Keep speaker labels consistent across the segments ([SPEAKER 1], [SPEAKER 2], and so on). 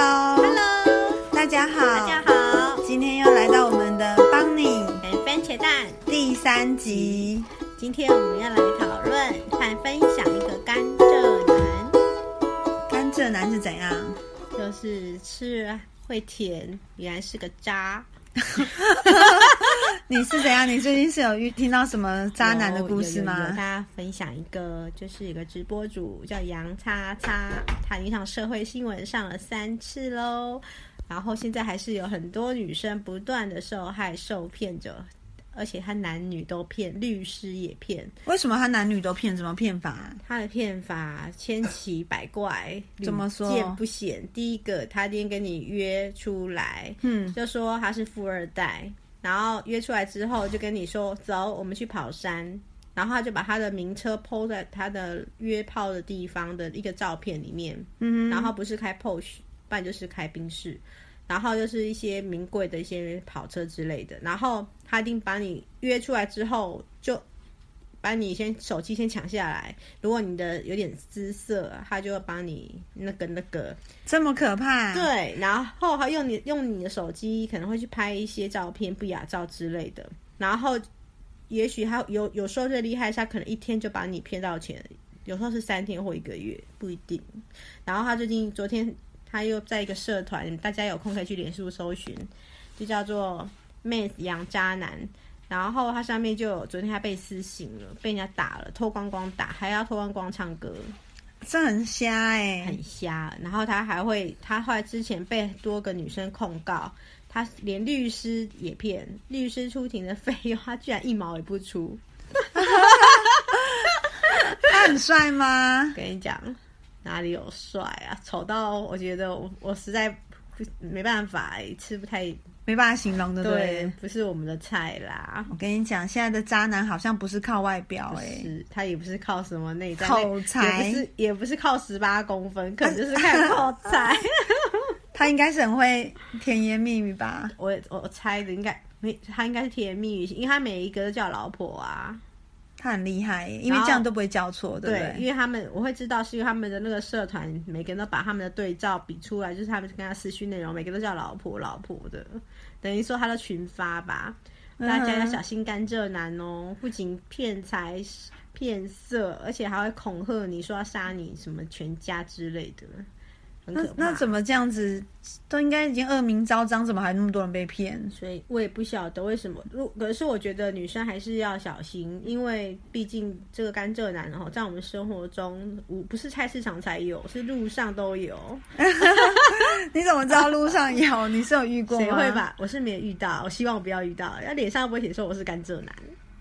[SPEAKER 1] Hello，
[SPEAKER 2] Hello，
[SPEAKER 1] 大家好，
[SPEAKER 2] 大家好，
[SPEAKER 1] 今天又来到我们的帮你
[SPEAKER 2] 很番茄蛋。
[SPEAKER 1] 第三集。
[SPEAKER 2] 今天我们要来讨论和分享一个甘蔗男，
[SPEAKER 1] 甘蔗男是怎样？
[SPEAKER 2] 就是吃了会甜，原来是个渣。
[SPEAKER 1] 你是怎样？你最近是有遇听到什么渣男的故事
[SPEAKER 2] 有有有大
[SPEAKER 1] 吗？
[SPEAKER 2] 家分享一个，就是一个直播主叫杨叉叉，他已经上社会新闻上了三次喽。然后现在还是有很多女生不断的受害受骗者，而且他男女都骗，律师也骗。
[SPEAKER 1] 为什么他男女都骗？怎么骗法、啊？
[SPEAKER 2] 他的骗法千奇百怪，
[SPEAKER 1] 怎么说
[SPEAKER 2] 屡见不鲜。第一个，他今天跟你约出来，
[SPEAKER 1] 嗯，
[SPEAKER 2] 就说他是富二代，然后约出来之后就跟你说，走，我们去跑山。然后他就把他的名车抛在他的约炮的地方的一个照片里面，
[SPEAKER 1] 嗯
[SPEAKER 2] 然后不是开 POS，不然就是开宾士，然后就是一些名贵的一些跑车之类的。然后他一定把你约出来之后，就把你先手机先抢下来。如果你的有点姿色，他就会帮你那个那个。
[SPEAKER 1] 这么可怕？
[SPEAKER 2] 对，然后还用你用你的手机，可能会去拍一些照片、不雅照之类的。然后，也许他有有时候最厉害是，他可能一天就把你骗到钱，有时候是三天或一个月，不一定。然后他最近昨天他又在一个社团，大家有空可以去脸书搜寻，就叫做“妹子养渣男”。然后他上面就有昨天他被私刑了，被人家打了，脱光光打，还要脱光光唱歌。
[SPEAKER 1] 这很瞎哎、
[SPEAKER 2] 很瞎，然后他还会，他后来之前被多个女生控告，他连律师也骗，律师出庭的费用他居然一毛也不出。
[SPEAKER 1] 他很帅吗？
[SPEAKER 2] 跟你讲，哪里有帅啊？丑到我觉得我我实在不没办法、欸，吃不太
[SPEAKER 1] 没办法形容的，
[SPEAKER 2] 对
[SPEAKER 1] 对。，
[SPEAKER 2] 不是我们的菜啦。
[SPEAKER 1] 我跟你讲，现在的渣男好像不是靠外表
[SPEAKER 2] 不
[SPEAKER 1] 哎、
[SPEAKER 2] 是，他也不是靠什么内在，
[SPEAKER 1] 口才
[SPEAKER 2] 也不是，也不是靠十八公分，可能就是看 口才。
[SPEAKER 1] 他应该是很会甜言蜜语吧？
[SPEAKER 2] 我我猜的应该没，他应该是甜言蜜语，因为他每一个都叫老婆啊。
[SPEAKER 1] 他很厉害、欸，因为
[SPEAKER 2] 然后
[SPEAKER 1] 这样都不会交错，对不
[SPEAKER 2] 对，
[SPEAKER 1] 对？
[SPEAKER 2] 因为他们我会知道是因为他们的那个社团，每个人都把他们的对照比出来，就是他们跟他私讯内容，每个都叫老婆老婆的，等于说他的群发吧。大家
[SPEAKER 1] 嗯
[SPEAKER 2] 要小心甘蔗男哦，不仅骗财骗色，而且还会恐吓你说要杀你什么全家之类的，很
[SPEAKER 1] 那
[SPEAKER 2] 可怕。
[SPEAKER 1] 那怎么这样子？都应该已经恶名昭彰，怎么还那么多人被 骗？
[SPEAKER 2] 所以我也不晓得为什么。如可是我觉得女生还是要小心，因为毕竟这个甘蔗男哦，在我们生活中，我不是菜市场才有，是路上都有。
[SPEAKER 1] 你怎么知道路上有？你是有遇过吗？
[SPEAKER 2] 谁会？吧？我是没有遇到，我希望我不要遇到。那脸上不会写说我是甘蔗男，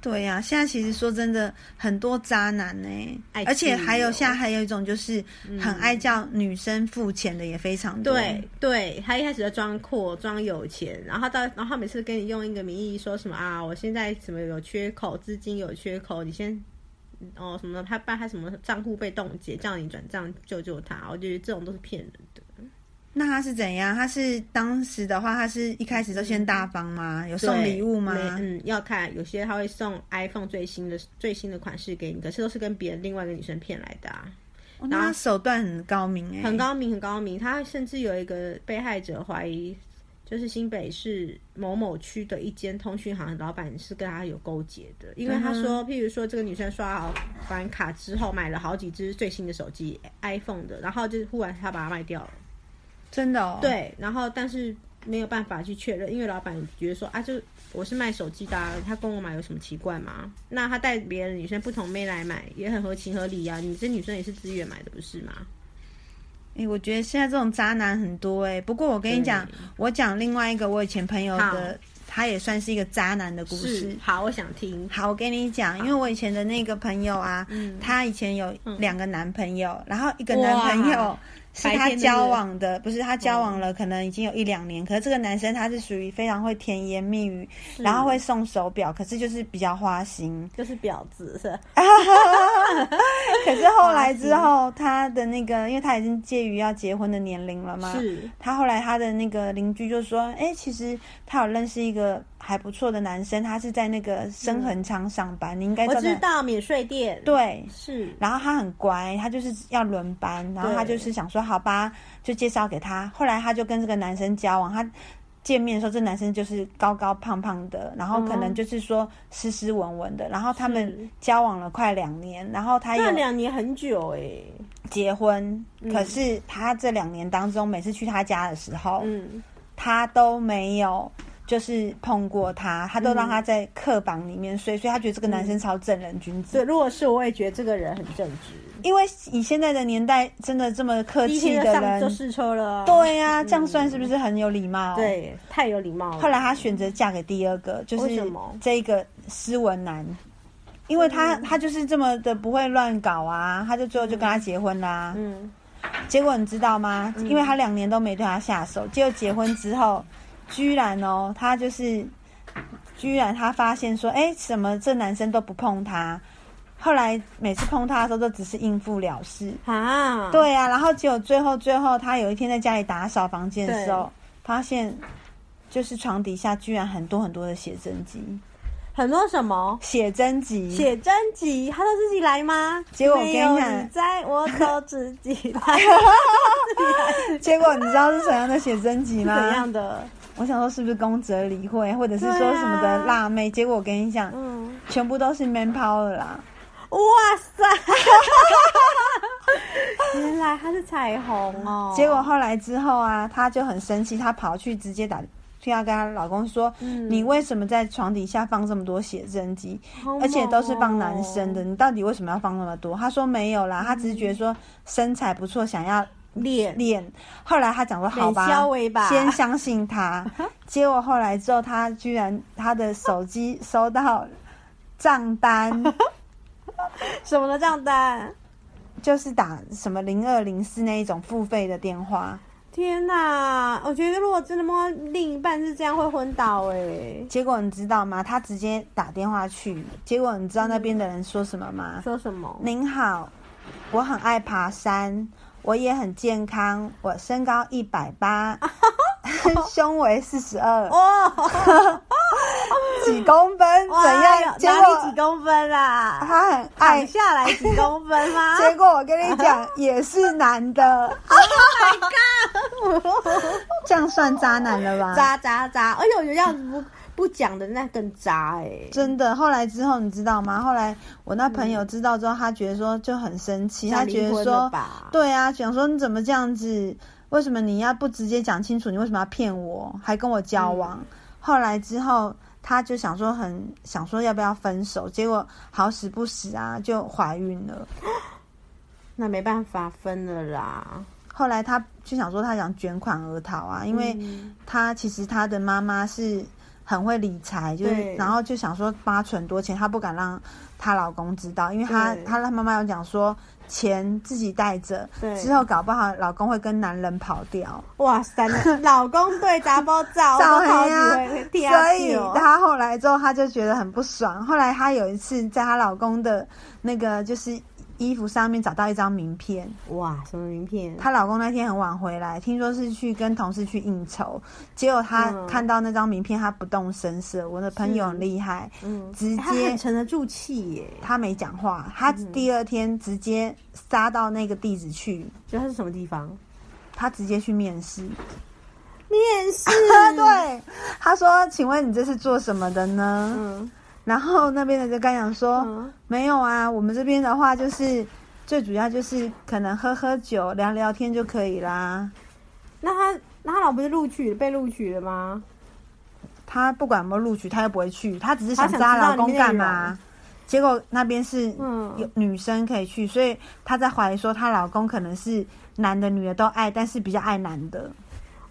[SPEAKER 1] 对呀、现在其实说真的，很多渣男呢、
[SPEAKER 2] 爱哦自由
[SPEAKER 1] 而且还有现在还有一种就是很爱叫女生付钱的也非常多。
[SPEAKER 2] 对对，他一开始在装阔、装有钱，然后到然后他每次跟你用一个名义说什么啊，我现在什么有缺口，资金有缺口，你先哦什么，他爸他什么账户被冻结，叫你转账救救他。我觉得这种都是骗人的。
[SPEAKER 1] 那他是怎样？他是当时的话，他是一开始就先大方吗？有送
[SPEAKER 2] 对
[SPEAKER 1] 礼物吗？
[SPEAKER 2] 没嗯，要看有些他会送 iPhone 最新的最新的款式给你，可是都是跟别人另外一个女生骗来的、啊。
[SPEAKER 1] 哦、那他手段很高明哎、
[SPEAKER 2] 很。高明，很高明。他甚至有一个被害者怀疑，就是新北市某某区的一间通讯行的老板是跟他有勾结的，因为他说，
[SPEAKER 1] 嗯
[SPEAKER 2] 譬如说这个女生刷好完卡之后，买了好几只最新的手机 iPhone 的，然后就是忽然他把它卖掉了，
[SPEAKER 1] 真的哦。，
[SPEAKER 2] 对，然后但是没有办法去确认，因为老板觉得说啊，就我是卖手机的、啊，他跟我买有什么奇怪吗？那他带别的女生不同妹来买也很合情合理啊，你这女生也是自愿买的不是吗？
[SPEAKER 1] 哎、我觉得现在这种渣男很多哎、不过我跟你讲
[SPEAKER 2] 对，
[SPEAKER 1] 我讲另外一个我以前朋友的，他也算是一个渣男的故事
[SPEAKER 2] 是。好，我想听。
[SPEAKER 1] 好，我跟你讲，因为我以前的那个朋友啊，
[SPEAKER 2] 嗯
[SPEAKER 1] 她以前有两个男朋友，然后一个
[SPEAKER 2] 哇
[SPEAKER 1] 男朋友是
[SPEAKER 2] 白
[SPEAKER 1] 她
[SPEAKER 2] 天的
[SPEAKER 1] 交
[SPEAKER 2] 日哦
[SPEAKER 1] 往的，不是她交往了，可能已经有一两年。可是这个男生他是属于非常会甜言蜜语，然后会送手表，可是就是比较花 心。
[SPEAKER 2] 就是婊子是吧？
[SPEAKER 1] 可是后来之后，他的那个，因为他已经介于要结婚的年龄了嘛，
[SPEAKER 2] 是
[SPEAKER 1] 他后来他的那个邻居就说：“哎、其实他有认识一个还不错的男生，他是在那个深恒昌上班，你应该
[SPEAKER 2] 我
[SPEAKER 1] 知道
[SPEAKER 2] 知
[SPEAKER 1] 那。
[SPEAKER 2] 道免税店，，
[SPEAKER 1] 对，
[SPEAKER 2] 是，
[SPEAKER 1] 然后他很乖，他就是要轮班，然后他就是想说好吧，就介绍给他。后来他就跟这个男生交往，他见面的时候，这男生就是高高胖胖的，然后可能就是说斯斯文文的。然后他
[SPEAKER 2] 是
[SPEAKER 1] 们交往了快两年，然后他
[SPEAKER 2] 那
[SPEAKER 1] 有
[SPEAKER 2] 两年很久哎、
[SPEAKER 1] 结婚，
[SPEAKER 2] 嗯
[SPEAKER 1] 可是他这两年当中，每次去他家的时候，
[SPEAKER 2] 嗯，
[SPEAKER 1] 他都没有。就是碰过他，他都让他在课榜里面睡，所以他觉得这个男生超正人君子
[SPEAKER 2] 嗯对，。如果是我也觉得这个人很正直，
[SPEAKER 1] 因为以现在的年代，真的这么客
[SPEAKER 2] 第一
[SPEAKER 1] 气的
[SPEAKER 2] 天就上就
[SPEAKER 1] 人，
[SPEAKER 2] 试车了啊，
[SPEAKER 1] 对呀、这样算是不是很有礼貌？。
[SPEAKER 2] 对，太有礼貌了。
[SPEAKER 1] 后来她选择嫁给第二个，就
[SPEAKER 2] 为
[SPEAKER 1] 是
[SPEAKER 2] 什么嗯
[SPEAKER 1] 这个斯文男，因为他他就是这么的不会乱搞啊，他就最后就跟他结婚啦、
[SPEAKER 2] 嗯，
[SPEAKER 1] 结果你知道吗？因为他两年都没对他下手，结果结婚之后，居然哦，他就是，居然他发现说，哎，怎么这男生都不碰他？后来每次碰他的时候，都只是应付了事。
[SPEAKER 2] 啊，，
[SPEAKER 1] 对啊，然后结果最后最后，他有一天在家里打扫房间的时候，发现就是床底下居然很多很多的写真集，
[SPEAKER 2] 很多什么
[SPEAKER 1] 写真集。
[SPEAKER 2] 写真集，他都自己来吗？
[SPEAKER 1] 结果我跟你
[SPEAKER 2] 没有
[SPEAKER 1] 讲
[SPEAKER 2] 你在我都自 己来，
[SPEAKER 1] 结果你知道是怎样的写真集
[SPEAKER 2] 怎
[SPEAKER 1] 吗？
[SPEAKER 2] 样的？
[SPEAKER 1] 我想说是不是宫泽理惠，或者是说
[SPEAKER 2] 对啊
[SPEAKER 1] 什么的辣妹？结果我跟你讲，
[SPEAKER 2] 嗯，
[SPEAKER 1] 全部都是 man power 啦。
[SPEAKER 2] 哇 塞，原来他是彩虹哦。
[SPEAKER 1] 结果后来之后啊，她就很生气，她跑去直接打。就要跟她老公说，
[SPEAKER 2] 嗯
[SPEAKER 1] 你为什么在床底下放这么多写真集？
[SPEAKER 2] 好猛哦，
[SPEAKER 1] 而且都是放男生的，你到底为什么要放那么多？他说没有啦，他只是觉得
[SPEAKER 2] 嗯
[SPEAKER 1] 说身材不错，想要
[SPEAKER 2] 脸，
[SPEAKER 1] 练。后来他讲说好
[SPEAKER 2] 脸消
[SPEAKER 1] 吧
[SPEAKER 2] 微吧，
[SPEAKER 1] 先相信 他。结果后来之后，他居然他的手机收到账 单，
[SPEAKER 2] 什么的账单？
[SPEAKER 1] 就是打什么零二零四那一种付费的电话。
[SPEAKER 2] 天哪！我觉得如果真的摸到另一半是这样，会昏倒哎、
[SPEAKER 1] 结果你知道吗？他直接打电话去，结果你知道那边的人说什么吗？
[SPEAKER 2] 说什么？
[SPEAKER 1] 您好，我很爱爬山，我也很健康，我身高一百 八，胸围四十二，
[SPEAKER 2] 哦，
[SPEAKER 1] 几公分？
[SPEAKER 2] 哇
[SPEAKER 1] 怎样？结
[SPEAKER 2] 哪里几
[SPEAKER 1] 果
[SPEAKER 2] 公分啦、
[SPEAKER 1] 他很
[SPEAKER 2] 躺
[SPEAKER 1] 爱，
[SPEAKER 2] 下来几公分吗？
[SPEAKER 1] 结果我跟你讲，也是男 的，这样算渣男了吧？
[SPEAKER 2] Oh 渣渣渣！而且我觉得这样子不不讲的那更渣哎、
[SPEAKER 1] 真的，后来之后你知道吗？后来我那朋友知道之后，他觉得说就很生气，他
[SPEAKER 2] 想嗯离
[SPEAKER 1] 觉得
[SPEAKER 2] 婚了
[SPEAKER 1] 说
[SPEAKER 2] 吧？
[SPEAKER 1] 对啊，想说你怎么这样子？为什么你要不直接讲清楚？你为什么要骗我？还跟我交往？
[SPEAKER 2] 嗯
[SPEAKER 1] 后来之后，她就想说很想说要不要分手，结果好死不死啊，就怀孕了。
[SPEAKER 2] 那没办法分了啦，
[SPEAKER 1] 后来她就想说她想卷款而逃啊，因为
[SPEAKER 2] 嗯
[SPEAKER 1] 她其实她的妈妈是很会理财，就是
[SPEAKER 2] 对
[SPEAKER 1] 然后就想说帮她存多钱，她不敢让她老公知道，因为她
[SPEAKER 2] 对
[SPEAKER 1] 她她妈妈有讲说钱自己带着，
[SPEAKER 2] 对
[SPEAKER 1] 之后搞不好老公会跟男人跑掉。
[SPEAKER 2] 哇塞，那老公对杂包照，
[SPEAKER 1] 照
[SPEAKER 2] 我 都好
[SPEAKER 1] 黑
[SPEAKER 2] 几回
[SPEAKER 1] 啊
[SPEAKER 2] 听
[SPEAKER 1] 所
[SPEAKER 2] 下
[SPEAKER 1] 以
[SPEAKER 2] 去哦
[SPEAKER 1] 她后来之后，她就觉得很不爽。后来她有一次在她老公的那个就是衣服上面找到一张名片，
[SPEAKER 2] 哇，什么名片？
[SPEAKER 1] 她老公那天很晚回来，听说是去跟同事去应酬，结果她
[SPEAKER 2] 嗯
[SPEAKER 1] 看到那张名片，她不动声色。我的朋友很厉害，
[SPEAKER 2] 嗯，
[SPEAKER 1] 直
[SPEAKER 2] 他
[SPEAKER 1] 接
[SPEAKER 2] 很沉得住气耶、
[SPEAKER 1] 她没讲话，她
[SPEAKER 2] 嗯
[SPEAKER 1] 第二天直接杀到那个地址去，
[SPEAKER 2] 觉得他是什么地方？
[SPEAKER 1] 她直接去面试。
[SPEAKER 2] 面 试
[SPEAKER 1] 对，她说：“请问你这是做什么的呢？”
[SPEAKER 2] 嗯
[SPEAKER 1] 然后那边的就跟他讲说、
[SPEAKER 2] 嗯
[SPEAKER 1] 没有啊，我们这边的话就是最主要就是可能喝喝酒、聊聊天就可以啦。
[SPEAKER 2] 那他那他老婆就录取被录取了吗？
[SPEAKER 1] 她不管有没有录取，她又不会去，她只是想
[SPEAKER 2] 她
[SPEAKER 1] 知
[SPEAKER 2] 想
[SPEAKER 1] 道她
[SPEAKER 2] 知道
[SPEAKER 1] 老公
[SPEAKER 2] 里面的
[SPEAKER 1] 干
[SPEAKER 2] 内
[SPEAKER 1] 嘛
[SPEAKER 2] 容。
[SPEAKER 1] 结果那边是
[SPEAKER 2] 嗯
[SPEAKER 1] 有女生可以去，所以她在怀疑说她老公可能是男的、女的都爱，但是比较爱男的。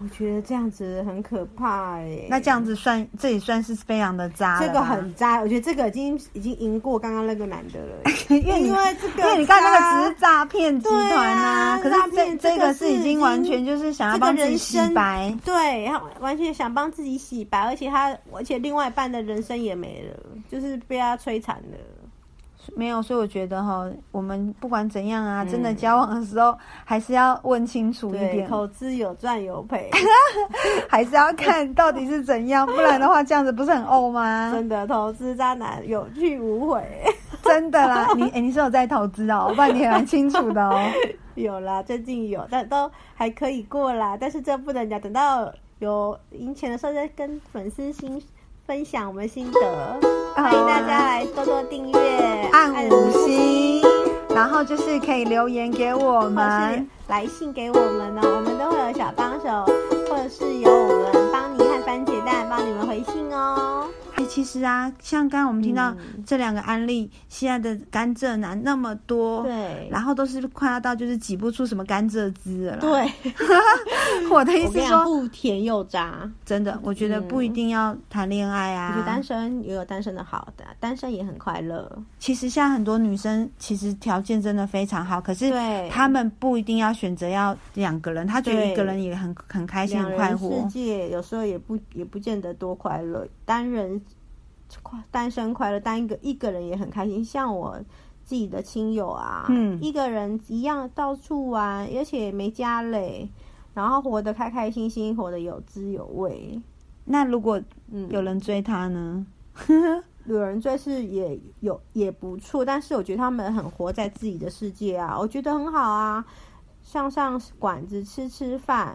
[SPEAKER 2] 我觉得这样子很可怕哎、
[SPEAKER 1] 那这样子算，这也算是非常的渣了吧。
[SPEAKER 2] 这个很渣，我觉得这个已经已经赢过刚刚那个男的了 耶，
[SPEAKER 1] 因为你
[SPEAKER 2] 因为这个
[SPEAKER 1] 因为你看那个只是诈骗集团
[SPEAKER 2] 对啊
[SPEAKER 1] 可
[SPEAKER 2] 诈
[SPEAKER 1] 是这
[SPEAKER 2] 骗这
[SPEAKER 1] 这
[SPEAKER 2] 个
[SPEAKER 1] 个
[SPEAKER 2] 是
[SPEAKER 1] 是已
[SPEAKER 2] 已
[SPEAKER 1] 经
[SPEAKER 2] 经
[SPEAKER 1] 完全就是想要帮自己洗白。
[SPEAKER 2] 对他完全想帮自己洗白，而且他而且另外一半的人生也没了，就是被他摧残了。
[SPEAKER 1] 没有，所以我觉得哈，我们不管怎样啊，真的交往的时候还是要问清楚一
[SPEAKER 2] 嗯对，
[SPEAKER 1] 点，
[SPEAKER 2] 投资有赚有 赔，
[SPEAKER 1] 还是要看到底是怎样，不然的话这样子不是很怄吗？
[SPEAKER 2] 真的投资渣男有去无回。
[SPEAKER 1] 真的啦，你哎、你是有在投资哦，不然你也蛮清楚的 哦。
[SPEAKER 2] 有啦，最近有，但都还可以过啦。但是这不能讲，等到有赢钱的时候再跟粉丝新分享我们心得。
[SPEAKER 1] 好啊
[SPEAKER 2] 欢迎大家来多多订阅，
[SPEAKER 1] 按五星，然后就是可以留言给我
[SPEAKER 2] 或是
[SPEAKER 1] 们，
[SPEAKER 2] 来信给我们呢、我们都会有小帮手，或者是由我们帮你和番茄蛋帮你们回信哦。
[SPEAKER 1] 哎，其实啊，像刚刚我们听到
[SPEAKER 2] 嗯
[SPEAKER 1] 这两个案例，现在的甘蔗男那么多，
[SPEAKER 2] 对
[SPEAKER 1] 然后都是快要到就是挤不出什么甘蔗汁了啦。
[SPEAKER 2] 对，
[SPEAKER 1] 我的意
[SPEAKER 2] 我
[SPEAKER 1] 思
[SPEAKER 2] 跟你
[SPEAKER 1] 是
[SPEAKER 2] 讲，
[SPEAKER 1] 说，
[SPEAKER 2] 不甜又渣。
[SPEAKER 1] 真的，我觉得不一定要谈恋爱
[SPEAKER 2] 我觉得单
[SPEAKER 1] 啊。
[SPEAKER 2] 身也有单身的好的，单身也很快乐。
[SPEAKER 1] 其实现在很多女生其实条件真的非常好，可是
[SPEAKER 2] 对
[SPEAKER 1] 她们不一定要选择要两个人，她觉得
[SPEAKER 2] 对
[SPEAKER 1] 一个人也很很开心、
[SPEAKER 2] 两
[SPEAKER 1] 很快
[SPEAKER 2] 人
[SPEAKER 1] 活。
[SPEAKER 2] 世界有时候也不也不见得多快乐，单人快单身快乐，单一个一个人也很开心。像我自己的亲友啊，
[SPEAKER 1] 嗯
[SPEAKER 2] 一个人一样到处玩，而且也没家累，然后活得开开心心，活得有滋有味。
[SPEAKER 1] 那如果
[SPEAKER 2] 嗯，
[SPEAKER 1] 有人追她呢？
[SPEAKER 2] 有人追是也有也不错，但是我觉得他们很活在自己的世界啊，我觉得很好啊，上上馆子吃吃饭，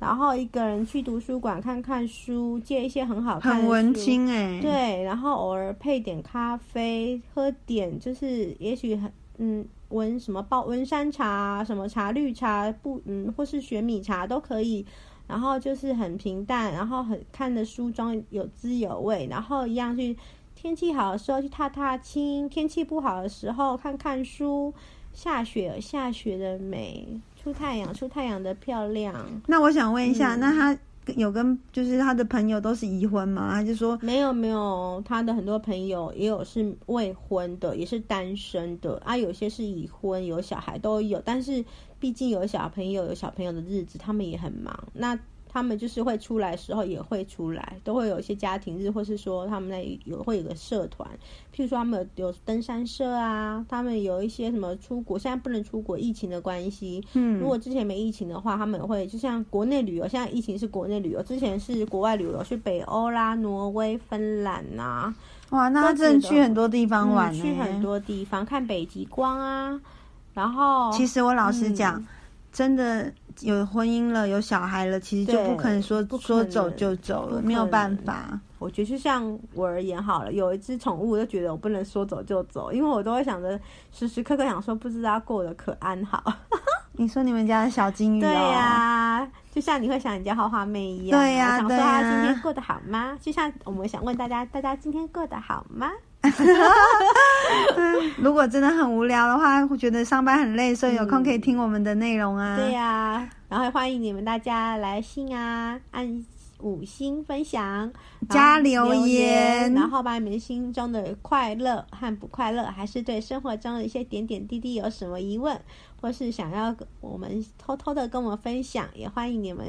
[SPEAKER 2] 然后一个人去图书馆看看书，借一些很 好看的
[SPEAKER 1] 很
[SPEAKER 2] 书
[SPEAKER 1] 文。青哎、
[SPEAKER 2] 对，然后偶尔配点咖啡，喝点就是也许很嗯文什么包文山茶啊、什么茶绿茶不嗯或是雪米茶都可以，然后就是很平淡，然后很看的书中有滋有味，然后一样去天气好的时候去踏踏青，天气不好的时候看看书，下雪有下雪的美，出太阳出太阳的漂亮。
[SPEAKER 1] 那我想问一
[SPEAKER 2] 嗯
[SPEAKER 1] 下，那她有跟就是她的朋友都是已婚吗？她就说
[SPEAKER 2] 没有没有，他的很多朋友也有是未婚的，也是单身的啊，有些是已婚有小孩都有，但是毕竟有小朋友有小朋友的日子，他们也很忙。那他们就是会出来的时候也会出来，都会有一些家庭日，或是说他们那有会有个社团，譬如说他们有有登山社啊，他们有一些什么出国，现在不能出国，疫情的关系，
[SPEAKER 1] 嗯
[SPEAKER 2] 如果之前没疫情的话，他们会就像国内旅游，现在疫情是国内旅游，之前是国外旅游，去北欧啦、挪威、芬兰呐、
[SPEAKER 1] 哇，那她真的去很多地方玩、
[SPEAKER 2] 嗯
[SPEAKER 1] 欸
[SPEAKER 2] 去很。多地方看北极光啊，然后
[SPEAKER 1] 其实我老实讲，
[SPEAKER 2] 嗯
[SPEAKER 1] 真的有婚姻了，有小孩了，其实就
[SPEAKER 2] 对
[SPEAKER 1] 不可能说
[SPEAKER 2] 不可
[SPEAKER 1] 说
[SPEAKER 2] 能
[SPEAKER 1] 走就走
[SPEAKER 2] 不可
[SPEAKER 1] 了，
[SPEAKER 2] 能
[SPEAKER 1] 没有办法。
[SPEAKER 2] 我觉得就像我而言好了，有一只宠物，我就觉得我不能说走就走，因为我都会想着时时刻刻想说，不知道过得可安好。
[SPEAKER 1] 你说你们家的小金鱼、哦，
[SPEAKER 2] 对呀、就像你会想人家花花妹一样，
[SPEAKER 1] 对呀
[SPEAKER 2] 想
[SPEAKER 1] 对
[SPEAKER 2] 说
[SPEAKER 1] 呀
[SPEAKER 2] 她今天过得好吗？就像我们想问大家，大家今天过得好吗？
[SPEAKER 1] 如果真的很无聊的话，会觉得上班很累，所以有空可以听我们的内容啊。
[SPEAKER 2] 对呀、然后欢迎你们大家来信啊，按五星分享，然后
[SPEAKER 1] 加留
[SPEAKER 2] 留
[SPEAKER 1] 言
[SPEAKER 2] 然后把你们心中的快乐和不快乐，还是对生活中的一些点点滴滴有什么疑问，或是想要我们偷偷的跟我们分享，也欢迎你们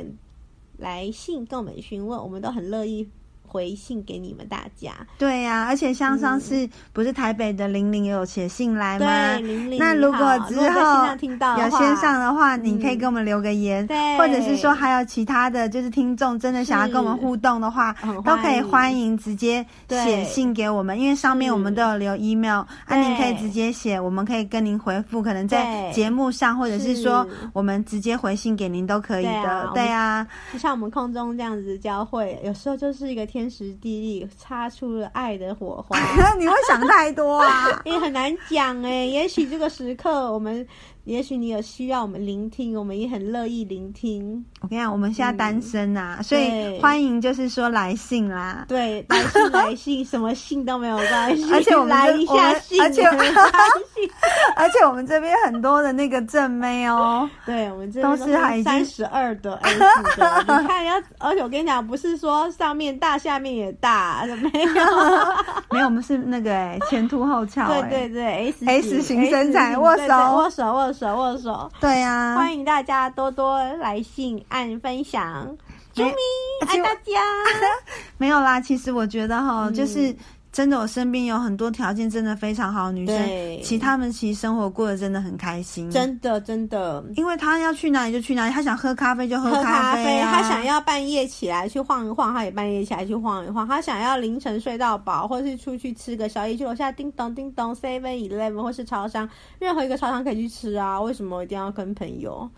[SPEAKER 2] 来信跟我们询问，我们都很乐意回信给你们大家。
[SPEAKER 1] 对呀、而且像上次不是台北的玲玲也有写信来吗？
[SPEAKER 2] 嗯对，玲玲
[SPEAKER 1] 那
[SPEAKER 2] 你
[SPEAKER 1] 如
[SPEAKER 2] 好
[SPEAKER 1] 果之
[SPEAKER 2] 如果在线
[SPEAKER 1] 后
[SPEAKER 2] 上听到的
[SPEAKER 1] 有
[SPEAKER 2] 话
[SPEAKER 1] 线上的话，你可以
[SPEAKER 2] 嗯
[SPEAKER 1] 给我们留个言，
[SPEAKER 2] 对
[SPEAKER 1] 或者是
[SPEAKER 2] 哎
[SPEAKER 1] 说还有其他的就是听众真的想要跟我们互动的话
[SPEAKER 2] 是很，
[SPEAKER 1] 都可以
[SPEAKER 2] 欢迎
[SPEAKER 1] 欢迎直接写
[SPEAKER 2] 对
[SPEAKER 1] 信给我们，因为上面我们
[SPEAKER 2] 是
[SPEAKER 1] 都有留 email，啊，
[SPEAKER 2] 嗯
[SPEAKER 1] 您可以
[SPEAKER 2] 对
[SPEAKER 1] 直接写，我们可以跟您回复，可能在
[SPEAKER 2] 对
[SPEAKER 1] 节目上或者是说
[SPEAKER 2] 是
[SPEAKER 1] 我们直接回信给您都可以
[SPEAKER 2] 对啊
[SPEAKER 1] 的，
[SPEAKER 2] 我
[SPEAKER 1] 对
[SPEAKER 2] 们
[SPEAKER 1] 呀，
[SPEAKER 2] 就像我们空中这样子交汇，有时候就是一个天时地利，擦出了爱的火花。
[SPEAKER 1] 啊 你会想太多啊。
[SPEAKER 2] 也很难讲哎、也许这个时刻我们，也许你有需要我们聆听，我们也很乐意聆听。
[SPEAKER 1] 我跟你讲，我们现在单身啊，所以
[SPEAKER 2] 对
[SPEAKER 1] 欢迎就是说来信啦。
[SPEAKER 2] 嗯对，来信来信，什么信都没有关系，
[SPEAKER 1] 而且我们
[SPEAKER 2] 来
[SPEAKER 1] 这
[SPEAKER 2] 一
[SPEAKER 1] 我们
[SPEAKER 2] 下信，
[SPEAKER 1] 而且
[SPEAKER 2] 没关系
[SPEAKER 1] 而且我们这边很多的那个正妹哦，
[SPEAKER 2] 对，我们这
[SPEAKER 1] 都
[SPEAKER 2] 边
[SPEAKER 1] 是还
[SPEAKER 2] 都
[SPEAKER 1] 已经
[SPEAKER 2] 是三十二的 A 四的，你看要，而且我跟你讲，不是说上面大，下面也大， 没有。
[SPEAKER 1] 没有，我们是那个哎、前凸后翘、哎，
[SPEAKER 2] 对对对，S
[SPEAKER 1] S 型身材
[SPEAKER 2] S 型
[SPEAKER 1] 握手啊
[SPEAKER 2] 对对握手，握手，握手。
[SPEAKER 1] 对呀、
[SPEAKER 2] 欢迎大家多多来信、按分享，啾咪，
[SPEAKER 1] 而且
[SPEAKER 2] 爱大家。 嗯
[SPEAKER 1] 没有啦，其实我觉得哈，就是真的我身边有很多条件真的非常好的女生
[SPEAKER 2] 对，
[SPEAKER 1] 其实她们其实生活过得真的很开心，
[SPEAKER 2] 真的真的。
[SPEAKER 1] 因为她要去哪里就去哪里，她想喝咖啡就喝
[SPEAKER 2] 喝
[SPEAKER 1] 咖
[SPEAKER 2] 咖
[SPEAKER 1] 啡、啊，
[SPEAKER 2] 他想要半夜起来去晃一晃，他也半夜起来去晃一晃；他想要凌晨睡到饱，或是出去吃个宵夜，去楼下叮咚叮咚 Seven Eleven 或是超商，任何一个超商可以去吃啊。为什么一定要跟朋友？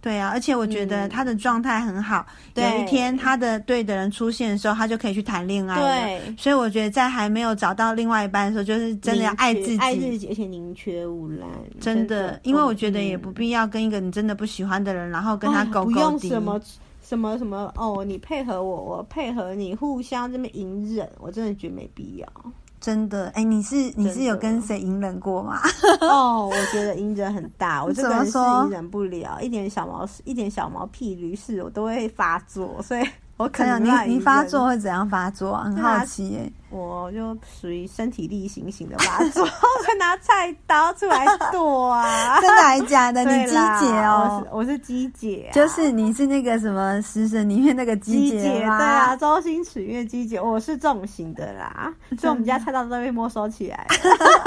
[SPEAKER 1] 对啊，而且我觉得
[SPEAKER 2] 嗯
[SPEAKER 1] 她的状态很好，有一
[SPEAKER 2] 对
[SPEAKER 1] 天她的对的人出现的时候，她就可以去谈恋爱了。
[SPEAKER 2] 对，
[SPEAKER 1] 所以我觉得在还没有找到另外一半的时候，就是真的要爱自
[SPEAKER 2] 宁
[SPEAKER 1] 己，
[SPEAKER 2] 缺爱自己，而且宁缺毋滥，
[SPEAKER 1] 真的，因为我觉得也
[SPEAKER 2] 嗯
[SPEAKER 1] 不必要跟一个你真的不喜欢的人，然后跟他
[SPEAKER 2] 哎
[SPEAKER 1] 勾
[SPEAKER 2] 不
[SPEAKER 1] 勾
[SPEAKER 2] 用
[SPEAKER 1] 滴。
[SPEAKER 2] 什么什么什么哦，你配合我，我配合你，互相这么隐忍，我真的觉得没必 要。
[SPEAKER 1] 真的，哎、你是你是
[SPEAKER 2] 真的
[SPEAKER 1] 有跟谁隐忍过吗？
[SPEAKER 2] 哦，我觉得隐忍很 大，我
[SPEAKER 1] 你
[SPEAKER 2] 这
[SPEAKER 1] 怎
[SPEAKER 2] 个
[SPEAKER 1] 么
[SPEAKER 2] 人是
[SPEAKER 1] 说
[SPEAKER 2] 隐忍不了，一点小毛一点小毛屁驴事我都会发作，所以我可
[SPEAKER 1] 可能
[SPEAKER 2] 能乱
[SPEAKER 1] 哎 你你
[SPEAKER 2] 隐
[SPEAKER 1] 发
[SPEAKER 2] 忍
[SPEAKER 1] 作，会怎样发作啊？很
[SPEAKER 2] 对啊
[SPEAKER 1] 好奇耶、。
[SPEAKER 2] 我就属于身体力行型的发作， 会拿菜刀出来剁啊
[SPEAKER 1] 真的还假 的？你
[SPEAKER 2] 对
[SPEAKER 1] 鸡
[SPEAKER 2] 啦
[SPEAKER 1] 姐哦，
[SPEAKER 2] 我是我是鸡姐啊、
[SPEAKER 1] 就是你是那个什么《食神》里面那个
[SPEAKER 2] 鸡
[SPEAKER 1] 鸡
[SPEAKER 2] 姐，
[SPEAKER 1] 姐
[SPEAKER 2] 对
[SPEAKER 1] 吗？
[SPEAKER 2] 啊，周星驰因为鸡姐，哦我是重型的 啦，所以我们家菜刀都被没收起来了。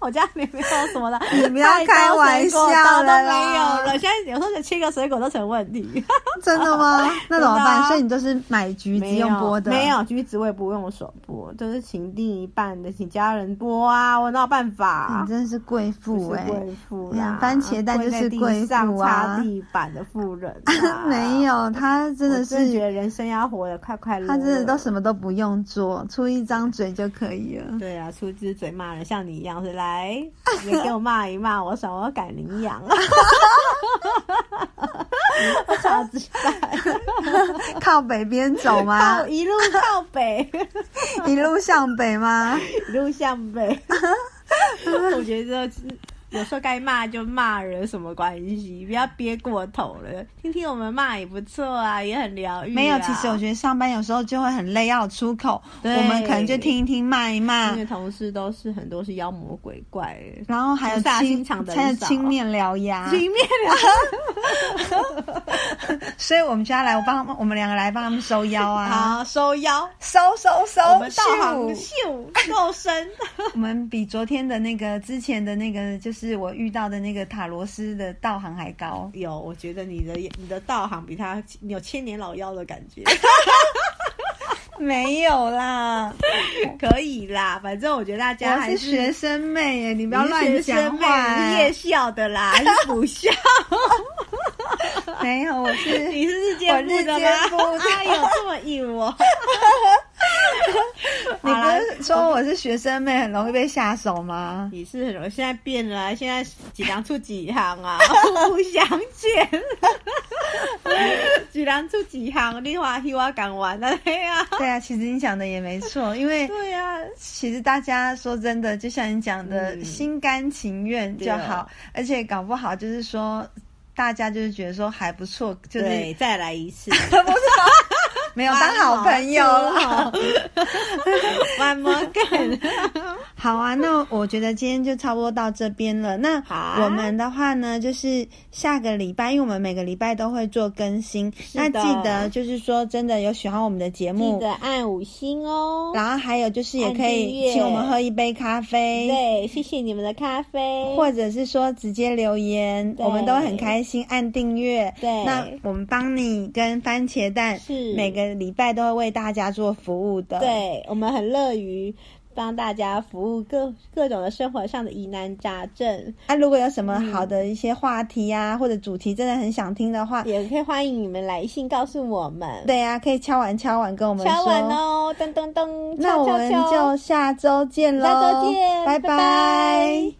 [SPEAKER 2] 我家没没有什么了，
[SPEAKER 1] 你不要
[SPEAKER 2] 菜刀
[SPEAKER 1] 开玩笑
[SPEAKER 2] 水果刀
[SPEAKER 1] 了
[SPEAKER 2] 都
[SPEAKER 1] 啦
[SPEAKER 2] 没有了。现在有时候就切个水果都成问题，
[SPEAKER 1] 真的吗？那怎么
[SPEAKER 2] 真的
[SPEAKER 1] 办？
[SPEAKER 2] 啊
[SPEAKER 1] 所以你都是买橘子
[SPEAKER 2] 没
[SPEAKER 1] 用剥
[SPEAKER 2] 有
[SPEAKER 1] 的，
[SPEAKER 2] 没有橘子我也不用手剥，就是请另一半的，请家人剥啊，我哪有办法、
[SPEAKER 1] 你真是贵妇
[SPEAKER 2] 我
[SPEAKER 1] 哎、
[SPEAKER 2] 啊是贵妇
[SPEAKER 1] 呀
[SPEAKER 2] 啦，
[SPEAKER 1] 番茄蛋就是贵
[SPEAKER 2] 跪在地上
[SPEAKER 1] 妇啊
[SPEAKER 2] 擦地板的妇人、
[SPEAKER 1] 啊 没，有，她真的
[SPEAKER 2] 我真的
[SPEAKER 1] 是
[SPEAKER 2] 觉得人生要活得快快乐乐。
[SPEAKER 1] 他真的都什么都不用做，出一张嘴就可以 了。
[SPEAKER 2] 对啊，出自嘴骂人，像你一样，所以来你给我骂一骂，我想我要改领养，
[SPEAKER 1] 啊
[SPEAKER 2] 我超级
[SPEAKER 1] 靠北边走 吗
[SPEAKER 2] 靠？一路靠 北，
[SPEAKER 1] 一路向北吗？
[SPEAKER 2] 一路向 北。我觉得有时候该骂就骂人，什么关系？不要憋过头了，听听我们骂也不错啊，也很疗愈啊、
[SPEAKER 1] 嗯没有，其实我觉得上班有时候就会很累，要有出口，
[SPEAKER 2] 对
[SPEAKER 1] 我们可能就听一听，骂一骂
[SPEAKER 2] 因，为同事都是很多是妖魔鬼怪的，
[SPEAKER 1] 然后还有
[SPEAKER 2] 菩萨
[SPEAKER 1] 青
[SPEAKER 2] 心肠的
[SPEAKER 1] 还有
[SPEAKER 2] 人少
[SPEAKER 1] 青面獠牙，
[SPEAKER 2] 平面
[SPEAKER 1] 所以我们就要来，我帮他们，我们两个来帮他们收腰 啊，
[SPEAKER 2] 啊收腰。
[SPEAKER 1] 收收收，
[SPEAKER 2] 我们道行
[SPEAKER 1] 咻
[SPEAKER 2] 秀够深，
[SPEAKER 1] 我们比昨天的那个之前的那个，就是我遇到的那个塔罗斯的道行还高。
[SPEAKER 2] 有，我觉得你的你的道行比他你有千年老妖的感觉，
[SPEAKER 1] 没有 啦，
[SPEAKER 2] 可以啦。反正我觉得大家
[SPEAKER 1] 我
[SPEAKER 2] 还
[SPEAKER 1] 是学生妹耶，你不
[SPEAKER 2] 不
[SPEAKER 1] 要乱讲话哎耶。
[SPEAKER 2] 夜校的啦，还是补校？
[SPEAKER 1] 没有，我是
[SPEAKER 2] 你是日间部的吗
[SPEAKER 1] 我日间部？的
[SPEAKER 2] 哎呦，这么硬 哦！
[SPEAKER 1] 你
[SPEAKER 2] 好啦
[SPEAKER 1] 不是说我是学生妹，很容易被下手吗？
[SPEAKER 2] 你是很容易现在变了啊，现在几郎出几行啊？不想见，几郎出几行，你话替我讲完了嘿啊？
[SPEAKER 1] 对啊，其实你讲的也没 错，因为
[SPEAKER 2] 对呀、啊。
[SPEAKER 1] 其实大家说真的，就像你讲的，
[SPEAKER 2] 嗯啊
[SPEAKER 1] 心甘情愿就好，而且搞不好就是说，大家就是觉得说还不错，就是
[SPEAKER 2] 对，再来一次，
[SPEAKER 1] 没有当好朋友了。
[SPEAKER 2] 慢慢干。
[SPEAKER 1] 好啊，那我觉得今天就差不多到这边了。那
[SPEAKER 2] 好 啊
[SPEAKER 1] 我们的话呢，就是下个礼拜，因为我们每个礼拜都会做更新，那
[SPEAKER 2] 的
[SPEAKER 1] 记得就是说，真的有喜欢我们的节目
[SPEAKER 2] 记，得按五星哦。
[SPEAKER 1] 然后还有就是也可
[SPEAKER 2] 按订阅
[SPEAKER 1] 以请我们喝一杯咖啡，
[SPEAKER 2] 对，谢谢你们的咖啡。
[SPEAKER 1] 或者是说直接留言，
[SPEAKER 2] 对
[SPEAKER 1] 我们都会很开心。按订阅，
[SPEAKER 2] 对
[SPEAKER 1] 那我们帮你跟番茄蛋
[SPEAKER 2] 是
[SPEAKER 1] 每个礼拜都会为大家做服务的。，
[SPEAKER 2] 对我们很乐于帮大家服务各各种的生活上的疑难杂症，
[SPEAKER 1] 那、如果有什么
[SPEAKER 2] 嗯
[SPEAKER 1] 好的一些话题啊，或者主题真的很想听的话，
[SPEAKER 2] 也可以欢迎你们来信告诉我们。，
[SPEAKER 1] 啊对啊呀、可以敲完敲完跟我们说。
[SPEAKER 2] 敲完哦，噔噔噔，
[SPEAKER 1] 那
[SPEAKER 2] 敲
[SPEAKER 1] 我
[SPEAKER 2] 敲
[SPEAKER 1] 们
[SPEAKER 2] 敲
[SPEAKER 1] 就下周见喽，
[SPEAKER 2] 下周见
[SPEAKER 1] 拜
[SPEAKER 2] 拜拜